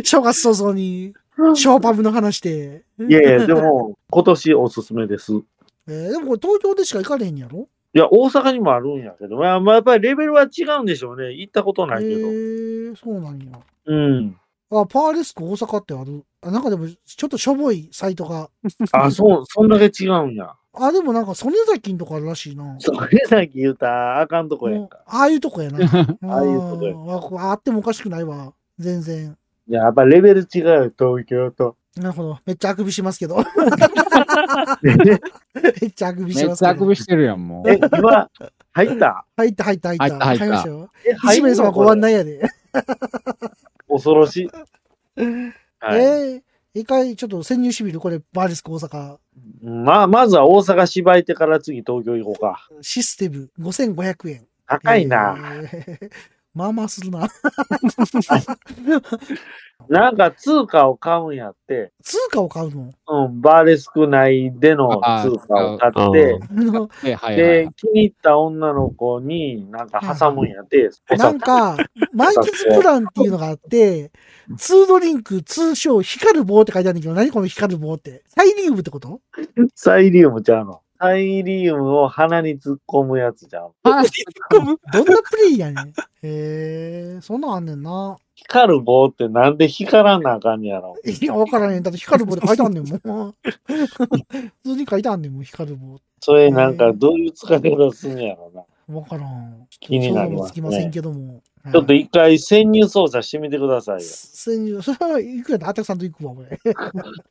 正月早々に、ショーパブの話で。
いやいや、でも、今年おすすめです。い
えーでもこれ東京でしか行かれへんやろ
や、大阪にもあるんやけど、まあ、まあ、やっぱりレベルは違うんでしょうね。行ったこと
え
ないけど。
ーそうなんや。
うん。
あ、パーレスク大阪ってある。あなんかでも、ちょっとしょぼいサイトが。
あ、そう、そんだけ違うんや。
あ、でもなんか、曽根崎んとこあるらしいな。
それさっき言ったあかんとこやん
もう
か。
ああいうとこやな。
ああいうとこや
うんあこああってもおかしくないわ。全然。
いや、やっぱレベル違うよ、東京と。
なるほど。めっちゃあくびしますけど。 めっちゃあくび
め
し
っ
ます
ちゃ
け
あく
ど。
びしてるやん、も
え、今、入った
入った入った入った。
入った入った
ましたよ。
え、
石
入
部様
の
ご案内やで。
恐ろしい。はい。
えー一回ちょっと潜入してみるこれ、バーリスク大阪。
まあ、まずは大阪芝居てから次東京行こうか。
システム5500円。
高いな。
えー。 まあまあするな。
なんか通貨を買うんやって、
通貨を買うの
うん、バーレスク内での通貨を買って、
の
う。え、はいはい
で
はい。、
気に入った女の子になんか挟むんやって、
なんか、満喫プランっていうのがあって、ツードリンク、通称、光る棒って書いてあるんだけど、何この光る棒って。サイリウムってこと
サイリウムちゃうの。サイリウムを鼻に突っ込むやつじゃん。
あ
どんなプレイやねん。へえー、そんなんあんねんな。
光る棒ってなんで光らなあかんやろ。
いや、わからへん。だって光る棒って書いてあんねんもん。普通に書いてあんねんもん、光る棒。
それなんかどういう使い方すんやろな。
わからん。
気になり
想像も
ま
つ
す
き
ね
ませんけども。
ちょっと
はい
一回潜入捜査してみてくださいよ。
潜入、それは行くやん。あたくさんと行くわ、俺。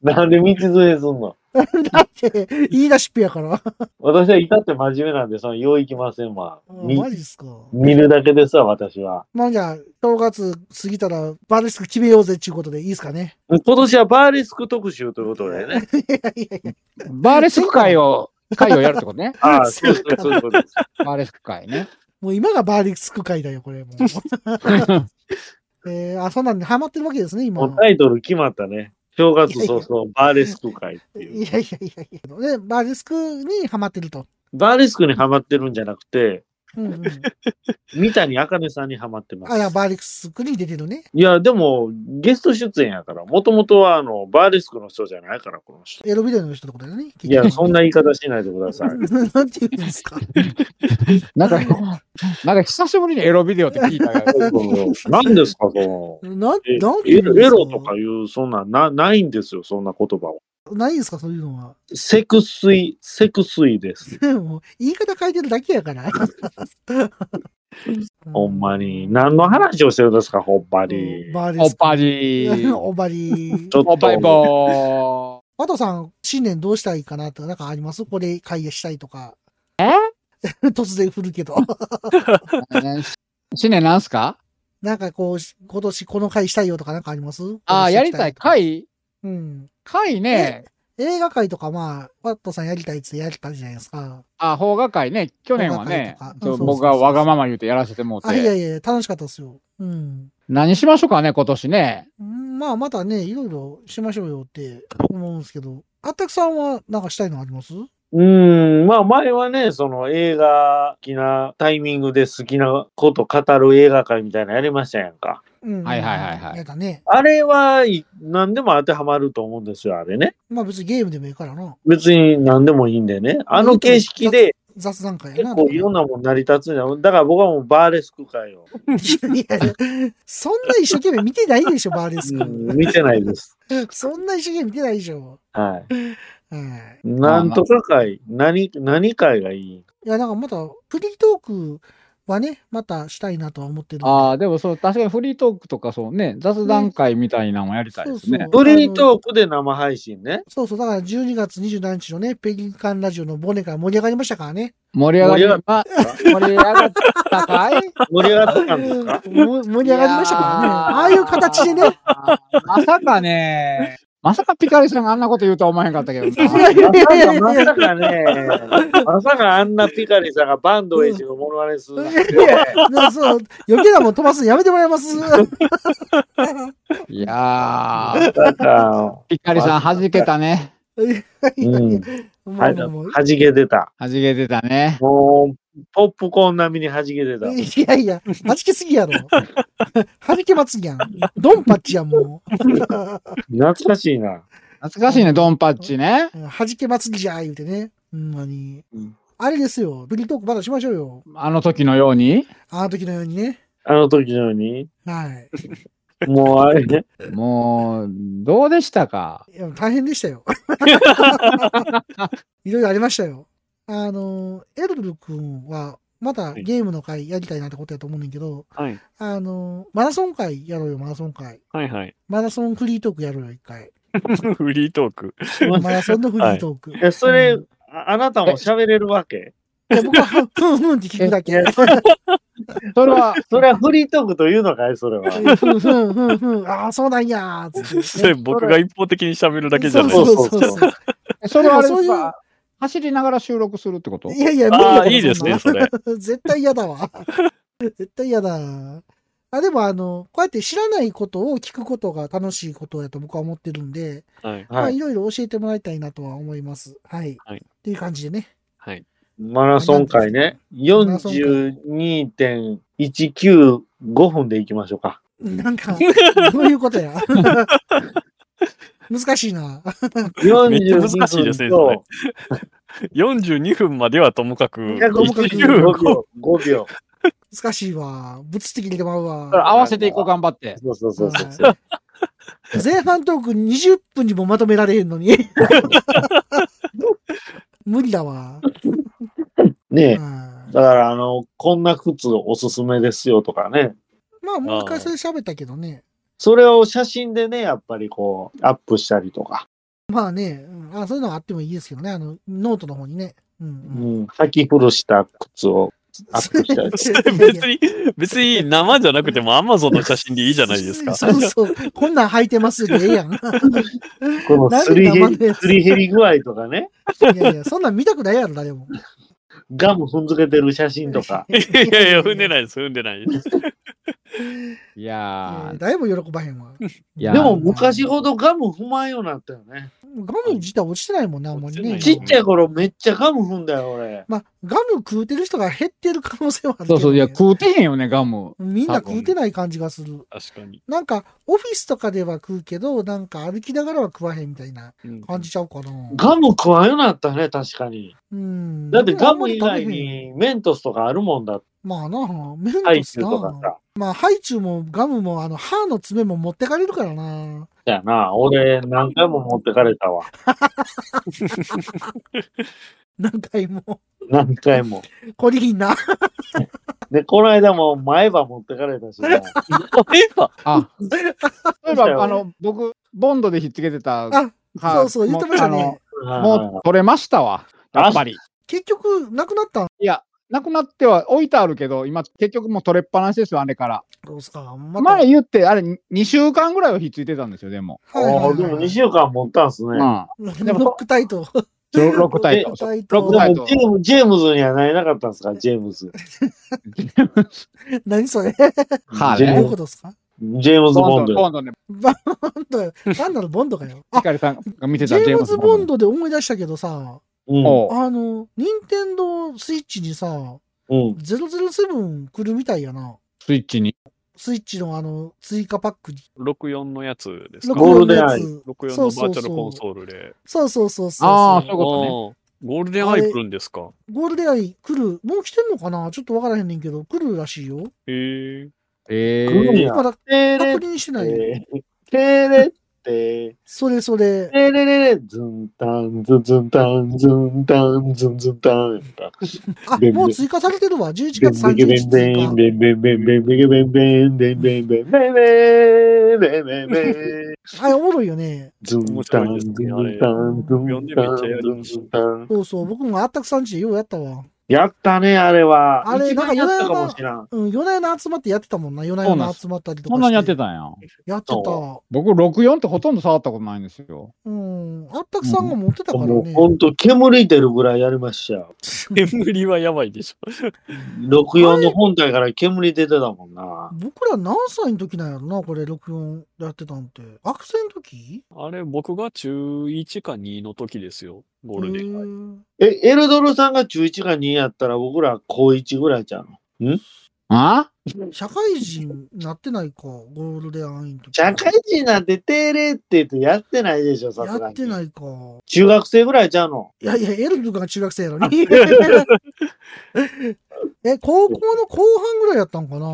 なんで道連れすんの
だって、言い出しっぺやから。
私は至って真面目なんで、その、よういきませんわ。み
マジっすか。
見るだけですわ、私は。
まあじゃあ、正月過ぎたらバーレスク決めようぜっていうことでいいですかね。
今年はバーレスク特集ということで ね。
いやいやいや、
バーレスク会を、会をやるってことね。
ああ、そうそうそういうことです。
バーレスク会ね。
もう今がバーレスク会だよ、これもう。えー、あ、そんなんでハマってるわけですね、今
も。うタイトル決まったね。正月早々、バーレスク会っていう。
いやいやいやいや。で、バーレスクにハマってると。
バーレスクにハマってるんじゃなくて、
うんうん。
三谷茜さんにハマってま
あ、いや、
す。
バーレスクに出てるね。
いや、でも、ゲスト出演やから、もともとは、あの、バーレスクの人じゃないから、この人。
エロビデオの人ってことだよね。
いや、そんな
な。
言い方しないでくださ い。
なんて言うんですか。
なんか、なんか久しぶりにエロビデオって聞いたよ。
何ですか、その。
なん、
え
なんて
エ
言うん
ロ
で
エ
すか。
ロとかいう、そんなんな、ないんですよ、そんな言葉を。
ないんですか、そういうのは。
セクスイ、セクスイです。
もう言い方変えてるだけや から。
ほんまに。何の話をしてるんですか、ほんまに。
バーレ
お
ス
っぱじ
ク。
ー。
おばり
ち。ょ
お
っ
っぱい
と、
ぼ
ワトさん、新年どうしたいかなとか、なんかありますこれ会議したいとか。え 突然振るけど。
ー。新年なんすか
なんかこう、し今年この会したいよとかなんかあります
ああ、やりた
今
い。。
年
会
とかうん。
会ね。
映画会とかまあ、ワットさんやりたいっつってやりたじゃないですか。
あ、邦画会ね。去年はね
邦画会と、か
ちょ
うんそうそうそう
僕がわがまま言うてやらせてもう
あ、いや
て。
いや、楽しかったですよ。うん。
何しましょうかね、今年ね。
うんまあ、またね、いろいろしましょうよって思うんですけど。あったくさんはなんかしたいのあります
うーん、まあ前はね、その映画好きなタイミングで好きなこと語る映画会みたいなのやりましたやんか。
うん
はいはいはいはい
やだね。
あれはい何でも当てはまると思うんですよ、あれね。
まあ別にゲームでもいいからな。
別に何でもいいんでね。あの形式で
雑談会や
結
な。
構いろんなもん成り立つんだよ。だから僕はもうバーレスク会を。
いやいやそんな一生懸命見てないでしょ、バーレス
うん
ク。
見てないです。
そんな一生懸命見てないでしょ。
はい。
はい。
なんとか会、何、何会がいい
いや、なんかまた、フリートークはね、またしたいなとは思ってる。
ああ、でもそう、確かにフリートークとかそうね、雑談会みたいなのもやりたいですね。
フリートークで生配信ね。
そうそう、だから12月27日のね、ペギンカンラジオのボネから盛り上がりましたからね。
盛り上がり、ま、盛り上がったかい
盛り上がってたんですか
も盛り上がりましたからね。
いやー
ああいう形でね。
まさかね、まさかピカリさんがあんなこと言うとは思えへんかったけど
い
な。
やいやいやいや
まさかね、 まさかあんなピカリさんがバンドエイジのモノマネするなんて。
なそう余計なもん飛ばすのやめてもらいます。
いやー、
なんか
ピカリさん弾けたね。
うん
も
は
う
い、
もうもう
弾けてた。
弾けてたね。
もう、ポップコーン並みに弾けてた。
いやいや、はじけすぎやろ。はじけまつやん。ドンパッチやん、も
懐かしいな。
懐かしいね、ドンパッチね。
う。はじけまつぎじゃー言うてね。ほんまに
うん。
あれですよ。フリートークまだしましょうよ。
あの時のように。
あの時のようにね。
あの時のように。
はい。
もうあ れ、
もう、どうでしたか
いや大変でしたよ。 いろいろありましたよ。あの、エルル君は、また
はい
ゲームの会やりたいなってことやと思うねんけど、
はい。
あの、マラソン会やろうよ、マラソン会。
はいはい。
マラソンフリートークやろうよ、一回。
フリートー ク。
マラソンのフリートーク。
え、それ
うん、
ああなたも喋れるわけ
いや僕は、ふんふんふんって聞くだけ。
それ は、
それはフリートークというのかいそれは。
ふんふんふんふん、ああ、そうなんやーっつって。
それ僕が一方的に喋るだけじゃない
そ
そうう
そ
そう
うそ
そうう
そう。
それはあれで
そうい
す
う
か走りながら収録するってこと
いやいや、無理や
あ
から
あ、いいですね、
そ
そ
んな
れ。
絶対嫌だわ。絶対嫌だ。あ、でもあの、こうやって知らないことを聞くことが楽しいことやと僕は思ってるんで、
はい。
まあ
はいい。
ろいろ教えてもらいたいなとは思います。はい。
はい
っていう感じでね。
はい。
マラソン会ね。
ラソン会
42.195分で行きましょうか。
なん か、どういうことや。 難しいな。
めっちゃ難しいですね、それ
と。
42分まではともかく、
255秒。
1
5秒。
難しいわ。物的に出てまう
それ
わ。
合わせていこう、頑張って。
そうそうそうそう。
はい前半トーク20分にもまとめられへんの に。無理だわ。
ねえ
うん。
だから、あの、こんな靴おすすめですよとかね。
まあ、もう一回それ喋ったけどね。
それを写真でね、やっぱりこう、アップしたりとか。
まあね、うんあそういうのはあってもいいですけどね、あの、ノートの方にね。う
う
ん うん。
ん。履き古した靴をアップし たりとか。
別に、別に生じゃなくても Amazon の写真でいいじゃないですか。
そうそう。こんなん履いてますでええや ん。
このすり
なん
減
で生のや
り、
つ
すり減り具合とかね。
いやいや、そんなん見たくないやろ、誰も。
ガム踏んづけてる写真とか。
いやいや、踏んでないです、踏んでないです。
いや
いや誰も喜ばへんわ。
いや
でも、昔ほどガム踏まんようになったよね。
ガム自体落ちてないもんな、あんまりね。
落ち
ち
て
っちゃい頃めっちゃガム踏んだよ、俺。
まあ、ガム食うてる人が減ってる可能性はあ
ー
るけど、ね。
そうそう、いや、食うてへんよね、ガム。
みんな食うてない感じがする。
確かに。
なんか、オフィスとかでは食うけど、なんか歩きながらは食わへんみたいな
うん
感じちゃうかな。
ガム食わんようになったね、確かに。
うん。
だってガム
俺
以
あんま
外
り食べへん。
にメントスとかあるもんだって。
まあな、メン
ハイ
トス
チュウとか
な。
さ。
まあ、ハイチュウもガムも、あの、歯の爪も持ってかれるからな。
だよな、俺何回も持ってかれたわ。
何回も。
何回も。
こりひんな。
で、この間も前歯持ってかれたしな。
前歯
あ、例え
そうだよ
ば、あの、僕、ボンドでひっつけてた。
あそうそう言ってましたね
もうあ
はい
のもう取れましたわ。やっぱり。
結局、なくなったん
いや、なくなっては置いてあるけど、今、結局もう取れっぱなしですよ、あれから。
ですか。また
前言って、あれ、2週間ぐらいはひっついてたんですよ、でも。
はいはい
あ
は
あ、
い
でも2週間持ったんすね。
うん。でも
ロックタイト。
6体
ロック
と。
タイ
ロック
ト
でも
タ。
ジェームジェームズにはなれなかったんですか、ジェームズ。
何それ
は
ジ
ど
ェ
うい
ー
う
い
ム
こ。とですか
ジェームズ・ボ
ボン
ンド
ド、
よ。
ボンドね。
バンド、なんなのボンドかよ。あ
ヒカリさんが見て
ジ
た
ェームズ・ボンド
ド。
で思い出したけどさ、
うん
おう
あの、ニンテンドースイッチにさ、
うん。
007来るみたいやな。
スイッチに。
スイッチのあの、追加パックに。
64のやつですか
ゴールデン
64
アイ
のやつ
64
そ
の
うそう
バ
そう
ーチャルコンソールで。
そうそうそうそう。
ああそういうこと
あーゴールデンアイ来るんですか
ゴールデンアイ来る。もう来てんのかなちょっとわからへんねんけど、来るらしいよ。
へえ。
え
来るん
え。
や
まだ
テ
確
レ
認してないよ。
テテレって、
それそれ。
テレレレ、ズンタン、ズンズンタン、ズンタン、ズンズンタン。
あ、
全然
もう追加されてるわ。11
ベン
月30
ベ
日
ンベン
追
ベンベンベンベンベンベンベンベンベンベンベンベンベンベンベンベンベン
加。はい、おもろいよね。
ズンタン、ズンタン、ズンタン、ズンズンタン。
そうそう。僕もあったくさんちでようやったわ。
やったね、あれは。
あれ
一番
な
や
ん
っ
か
たかもしらん。
うん、夜な夜な集まってやってたもんな。夜な夜な集まったりとかして。
そんなにやってたんや。
やってた。
そ
僕、64ってほとんど触ったことないんですよ。
うん。あったくさんが持ってたから
もう
ね。
ほんと煙出るぐらいやりましたよ。
煙はやばいでしょ。
64の本体から煙出てたもんな。
僕ら何歳の時なんやろな、これ、64やってたんて。学生の時
あれ、僕が中1か2の時ですよ、ゴールデンアイ。
ン。
え、エルドルさんが中1か2やったら僕ら高1ぐらいちゃうの
あ
社会人なってないか、ゴールデンアインの時。
社会人なんて定例って言ってやってないでしょ、さす
や
が
ってな
に。
いか。
中学生ぐらいちゃうの
いやいや、エルドが中学生やのに。 え、高校の後半ぐらいやったんかな。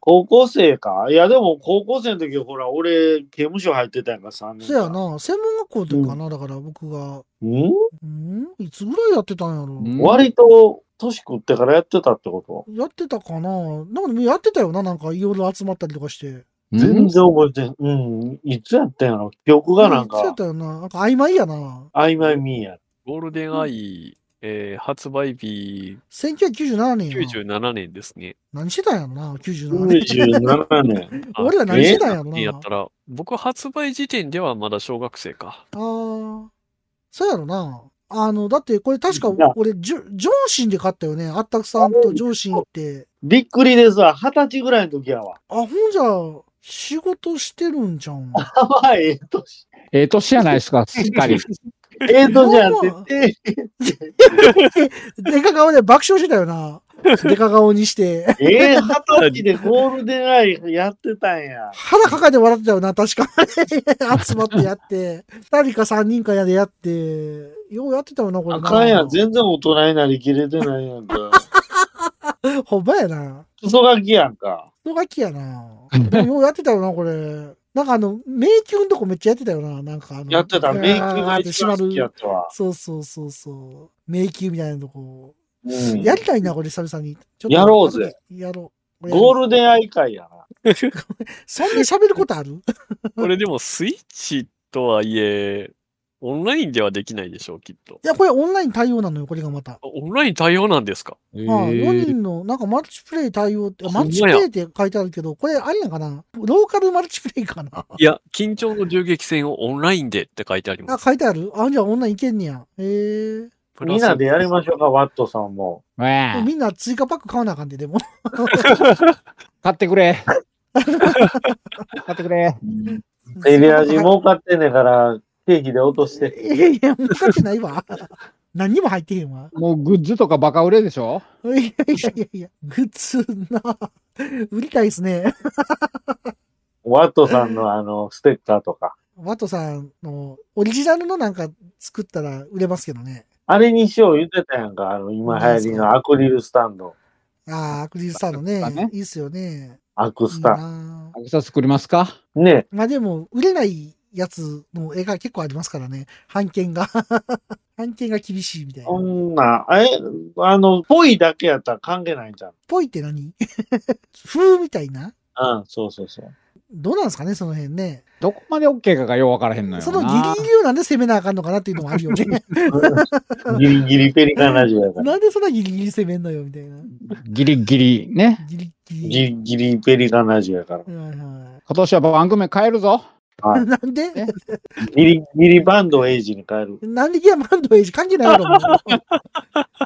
高校生かいや、でも高校生の時、ほら、俺、刑務所入ってたやんか、3年。
そや。な、専門学校の時かな、だから僕が、
うん
うんいつぐらいやってたんやろ、
うん
割と、年食ってからやってたってこと
やってたかななんかやってたよな、なんかいろいろ集まったりとかして。
全然覚えてん。うん。いつやったんやろ記憶がなん
いつやっ
か、
たよな、なんか曖昧やな。
曖昧みーや。
ゴールデンアイ、えー発売日
1997年やな。
97年ですね。
何してたんやろな、97年。
97年。
あ
俺ら何してたんやろな
えーやったら、僕発売時点ではまだ小学生か。
ああ、そうやろな。あの、だってこれ確か
いや
俺、ジョジョンシンで買ったよね。あったくさんとジョンシン行って。
びっくりですわ。二十歳ぐらいの時やわ。
あ、ほんじゃ、仕事してるんじ ゃん。
かわいい年。
ええ年やないで すか、しっかり。
ええ年やって
でか顔で爆笑してたよな。でか顔に して。
て。ええ二十歳でゴールデンアイやってたんや。
腹抱えて笑ってたよな、確か。集まってやって。二人か三人かやでやって。ようやってたよな、これな。
あかんやん。全然大人になりきれてないやんか。
ほんまやな。
クソガキやんか。
人書きやな。でもようやってたよな、これ。なんかあの、迷宮のとこめっちゃやってたよな。なんかあの。
やってた。迷宮が
って
一
閉
番
ま
好きや
る。
ったわ。
そうそうそうそう。迷宮みたいなとこ。
うん
やりたいな、これ、久々に。ちょっと
やろうぜ。
やろう。
ゴールデンアイ会やな。
そんな喋ることある
これでもスイッチとはいえ、オンラインではできないでしょう、きっと。
いや、これオンライン対応なのよ、これがまた。
オンライン対応なんですか
え
ああ4
ー
人の、なんかマルチプレイ対応って、
ほんま
マ
や
ルチプレイって書いてあるけど、これあれなんかなローカルマルチプレイか な
いや、緊張の銃撃戦をオンラインでって書いてありま
あ、
す。
書いてあるあ、じゃあオンラインいけんねや。へえ
プラ
みん
ス
なでやりましょうか、ワットさんも。
わあ
みんな追加パック買わなあかんで、でも。
買ってくれ。買ってくれ。
テレアジ儲かってんねんから、ケーキで落として。
いやいや、向かってないわ。何にも入ってへんわ。
もうグッズとかバカ売れでしょ
いやいやいやいや、グッズな。売りたいですね。
ワットさんのあの、ステッカーとか。
ワトさんのオリジナルのなんか作ったら売れますけどね。
あれにしよう言ってたやんか、あの、今流行りのアクリルスタンド。
ああ、アクリルスターの
そうだ
ね
ね。
いいっすよね。
アク
い
ス
い
タ。
な
アクサ作りますか
ね
まあでも、売れないやつの絵が結構ありますからね。版権が。 版権が厳しいみたいな。
そんな、え、あの、ぽいだけやったら関係ないんじゃん。
ぽいって何 風みたいな
うん、そうそうそう。
どうなんですかね、その辺ね。
どこまで OK かがようわからへんのよな。
そのギリギリをなんで攻めなあかんのかなっていうのもあるよね。
ギリギリペリカンラジオやから。
なんでそんなギリギリ攻めんのよみたいな。
ギリギリね。
ギリギ
ギ
リ。
リギリペリカンラジオやから。
はいは
今年は番組変えるぞ。
はい
い、なんで
え
ギリギリバンドをエイジに変える。
なんでギアバンドエイジ関係ないやろ。もう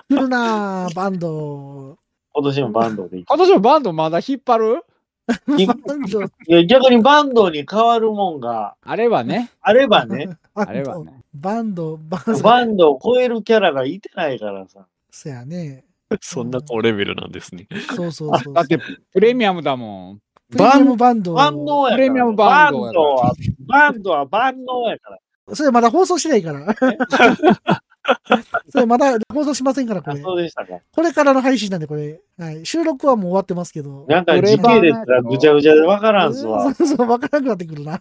来るなあバンド。
今年もバンドでいい。
今年はバンドまだ引っ張る
い
バンド。
いや逆にバンドに変わるもんが
あれはね。
あれば ね、
バ
あれ
ン
は
ド。
ね。
バンド。バンド。
バンドを超えるキャラがいてないからさ。
そやね。
そんな高レベルなんですね。
そうそうそう
だ。ってプレミアムだもん。
プレミアムバンド。
万能やから。
プレミアムバンドやから
は、バンドは万能やから。
それまだ放送してないから。それまだ放送しませんから、こ
あ、
れ。
そうでしたか。
これからの配信なんで、これ。はい、収録はもう終わってますけど。
なんか時系列がぐちゃぐちゃでわからんすわ。
そうそう、わからなくなってくるな。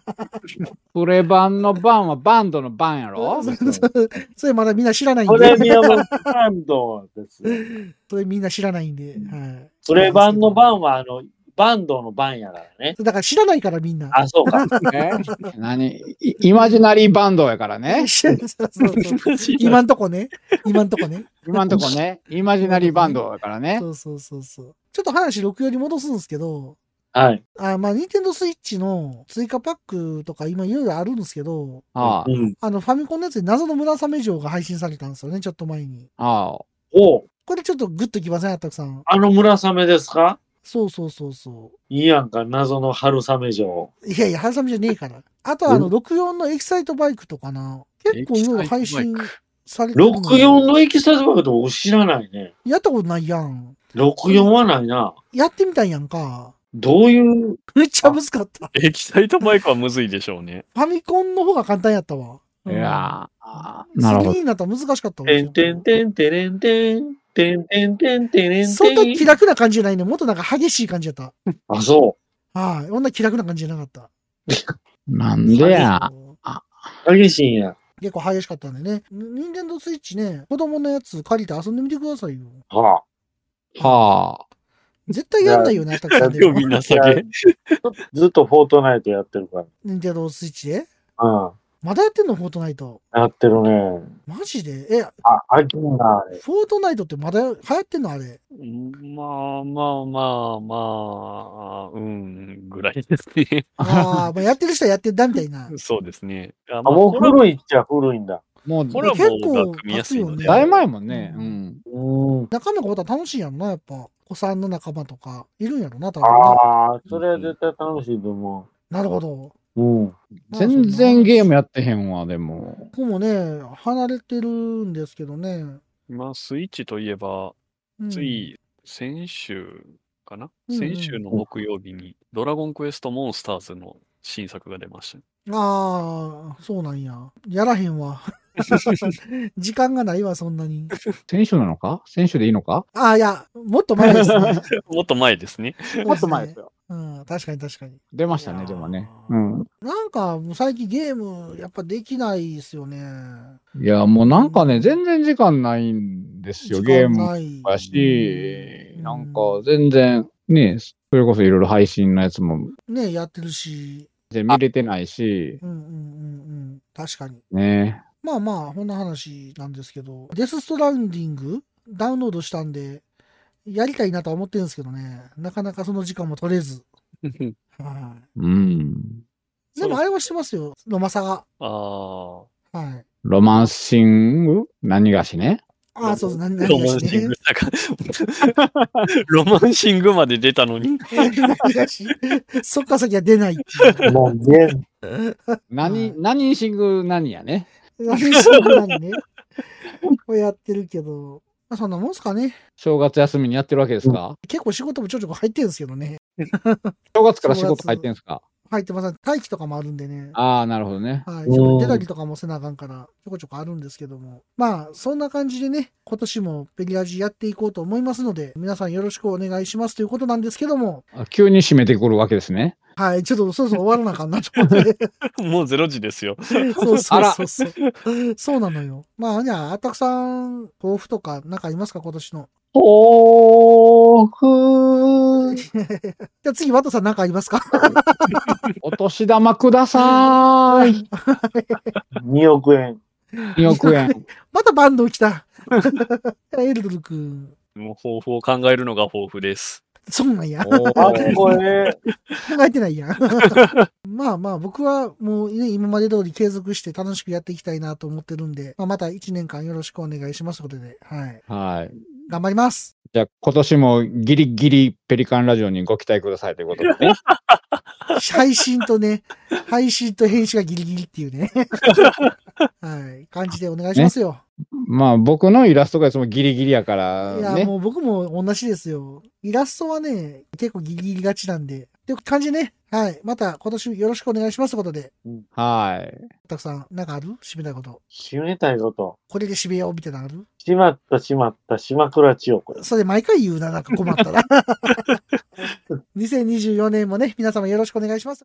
プレバンのバンはバンドのバンやろ
そうそうそれまだみんな知らないん
プレ
で。
ミアムバンドです。
それみんな知らないんで。はい。
プレバンのバンは、あの、バンドのバンやからね。
だから知らないからみんな。。
あ、そうか。
え何イイマジナリーバンドやからね
そうそうそう今んとこね。今んとこね。
今んとこね。イマジナリーバンドやからね。
そうそうそうそう。ちょっと話64に戻すんですけど、
はい。
あまあ、ニンテンドースイッチの追加パックとか今いろいろあるんですけど、
あ
うん。
あのファミコンのやつに謎の村雨城が配信されたんですよね、ちょっと前に。
あ、ああ。
おう
これちょっとグッときません、あったくさん。
あの村雨ですか
そうそうそうそ
いいやんか、謎の春雨城。
う。いやいや、ハルサムじゃねえから。あとはあの64のエキサイトバイクとかな。結構いろいろ配信されてるの
64のエキサイトバックと僕知らないね。
やったことないやん。
64はないな。
やってみたんやんか。
どういう、
めっちゃ難かった。
エキサイトバイクはむずいでしょうね。
ファミコンの方が簡単やったわ。
いやーあー
なる
なる
ほ
ほ
ど。
ど。
になったら難しかったわ。
てんてんてんてれんてん、てんてんてんてんてん
そんな気楽な感じじゃないね。もっとなんか激しい感じやった。
あ、そ
はい、こんな気楽な感じじゃなかっ
なんで
た。
や。
う。激しいんや。
結構激しかったんでね。任天堂スイッチね、子供のやつ借りて遊んでみてくださいよ。
は
はあ。
絶対やんないよね、あたくさんで
何を
も
み。んな
あ。いや
酒。
ずっとフォートナイトやってるか
任天堂スイッチで。
ら。
まだやってんの、フォートナイト。
うん。やってるね。
マジでえ、
あ、飽きんな、あれ。
フォートナイトってまだ流行ってんのあ れ。
まあまあまあまあ、うん、ぐらいです ね。
ああ、まあやってる人はやってんだみたいな。
そうですね。あ
あ、
まあ
もう
これ
古いっちゃ古いんだ。
もう、
コラ
結
ボが
構
組みやすいので。
だいぶ前もんね。うん。
うん。
仲間がおったら楽しいやろな、やっぱ。子さんの仲間とか、いるんやろな、多分な。
ああ、それは絶対楽しいと思
なるほど。
う。うん。
全然ゲームやってへんわ、でも。
僕もね、離れてるんですけどね。
まあ、スイッチといえば、
うん
つい先週かな、
うんうん
先週の木曜日に、ドラゴンクエストモンスターズの新作が出ました。
ああ、そうなんや。やらへん わ。時間がないわ、そんなに。
選手なのか選手でいいのか
ああ、いや、もっと前 ですね。
もっと前で すね。
も
すよ。
うん、確かに確かに。
出ましたね、でもね。うん。
なんか、もう最近ゲーム、やっぱできないですよね。
いや、もうなんかね、全然時間ないんですよ、
時
ゲ
間
ーム
ない。
やし
う、ん
なんか全然、ね、それこそいろいろ配信のやつも
ね、やってるし。
全然見れてないし、
うんうんうんうん。確かに。
ね。
まあまあ、こんな話なんですけど、デスストランディング、ダウンロードしたんで、やりたいなとは思ってるんですけどね、なかなかその時間も取れず。は
うん。
い、でもあれはしてますよ、ロマサが。
あ
はい。
ロマンシング何がしね。
ああ、そうそう、何々
あ、ロマ
が
ン
し
シ
ね
ング。だから ロマンシングまで出たのに、
何々がしそっか先は出ないっていう。
もう、ゲー
何、
は
何シング何やね。
何しても何ね。これやってるけど、まあ、そんなもんすかね。
正月休みにやってるわけですか、
結構仕事もちょこちょこ入ってるんですけどね。
正月から仕事入ってんすか
入ってません。待機とかもあるんでね。
ああ、なるほどね。
はい、
うん
ちょっと出たりとかもせなあかんから、ちょこちょこあるんですけども。まあ、そんな感じでね、今年もペリラジやっていこうと思いますので、皆さんよろしくお願いしますということなんですけども、
あ急に締めてくるわけですね。
はい、ちょっとそろそろ終わらなあかんなと思って。
もう0時ですよ。
そうそ
あ
う
ら
そうそう。そうなのよ。まあ、じゃあ、あたくさん、抱負とか、なんかありますか、今年の。
おーく
じゃあ次、ワトさんなんかありますか
お年玉くださーい。
ム2億円。
2億 円。
またバンド来た。 エルドル君。
もう抱負を考えるのが抱負です。
そうなんや。
お
あ
ー、
これ、
考えてないやん。 まあまあ、僕はもうね、今まで通り継続して楽しくやっていきたいなと思ってるんで、まあ、また1年間よろしくお願いしますということで、はい。
はい。
頑張ります。
じゃあ今年もギリギリペリカンラジオにご期待くださいということで ね。
配信とね、 配信と編集がギリギリっていうね。 はい。感じでお願いしますよ。
まあ僕のイラストがいつもギリギリやから
いや、
ね。
もう僕も同じですよ。イラストはね、結構ギリギリがちなんで。って感じでね。はい。また今年よろしくお願いしますということで、
はい。
たくさん、なんかある締めたいこと。
締めたいこと。
これで締めようみたいなのある
しまった、しまった、島倉千代子です。
それ毎回言うな、なんか困ったな。2024年もね、皆様よろしくお願いします。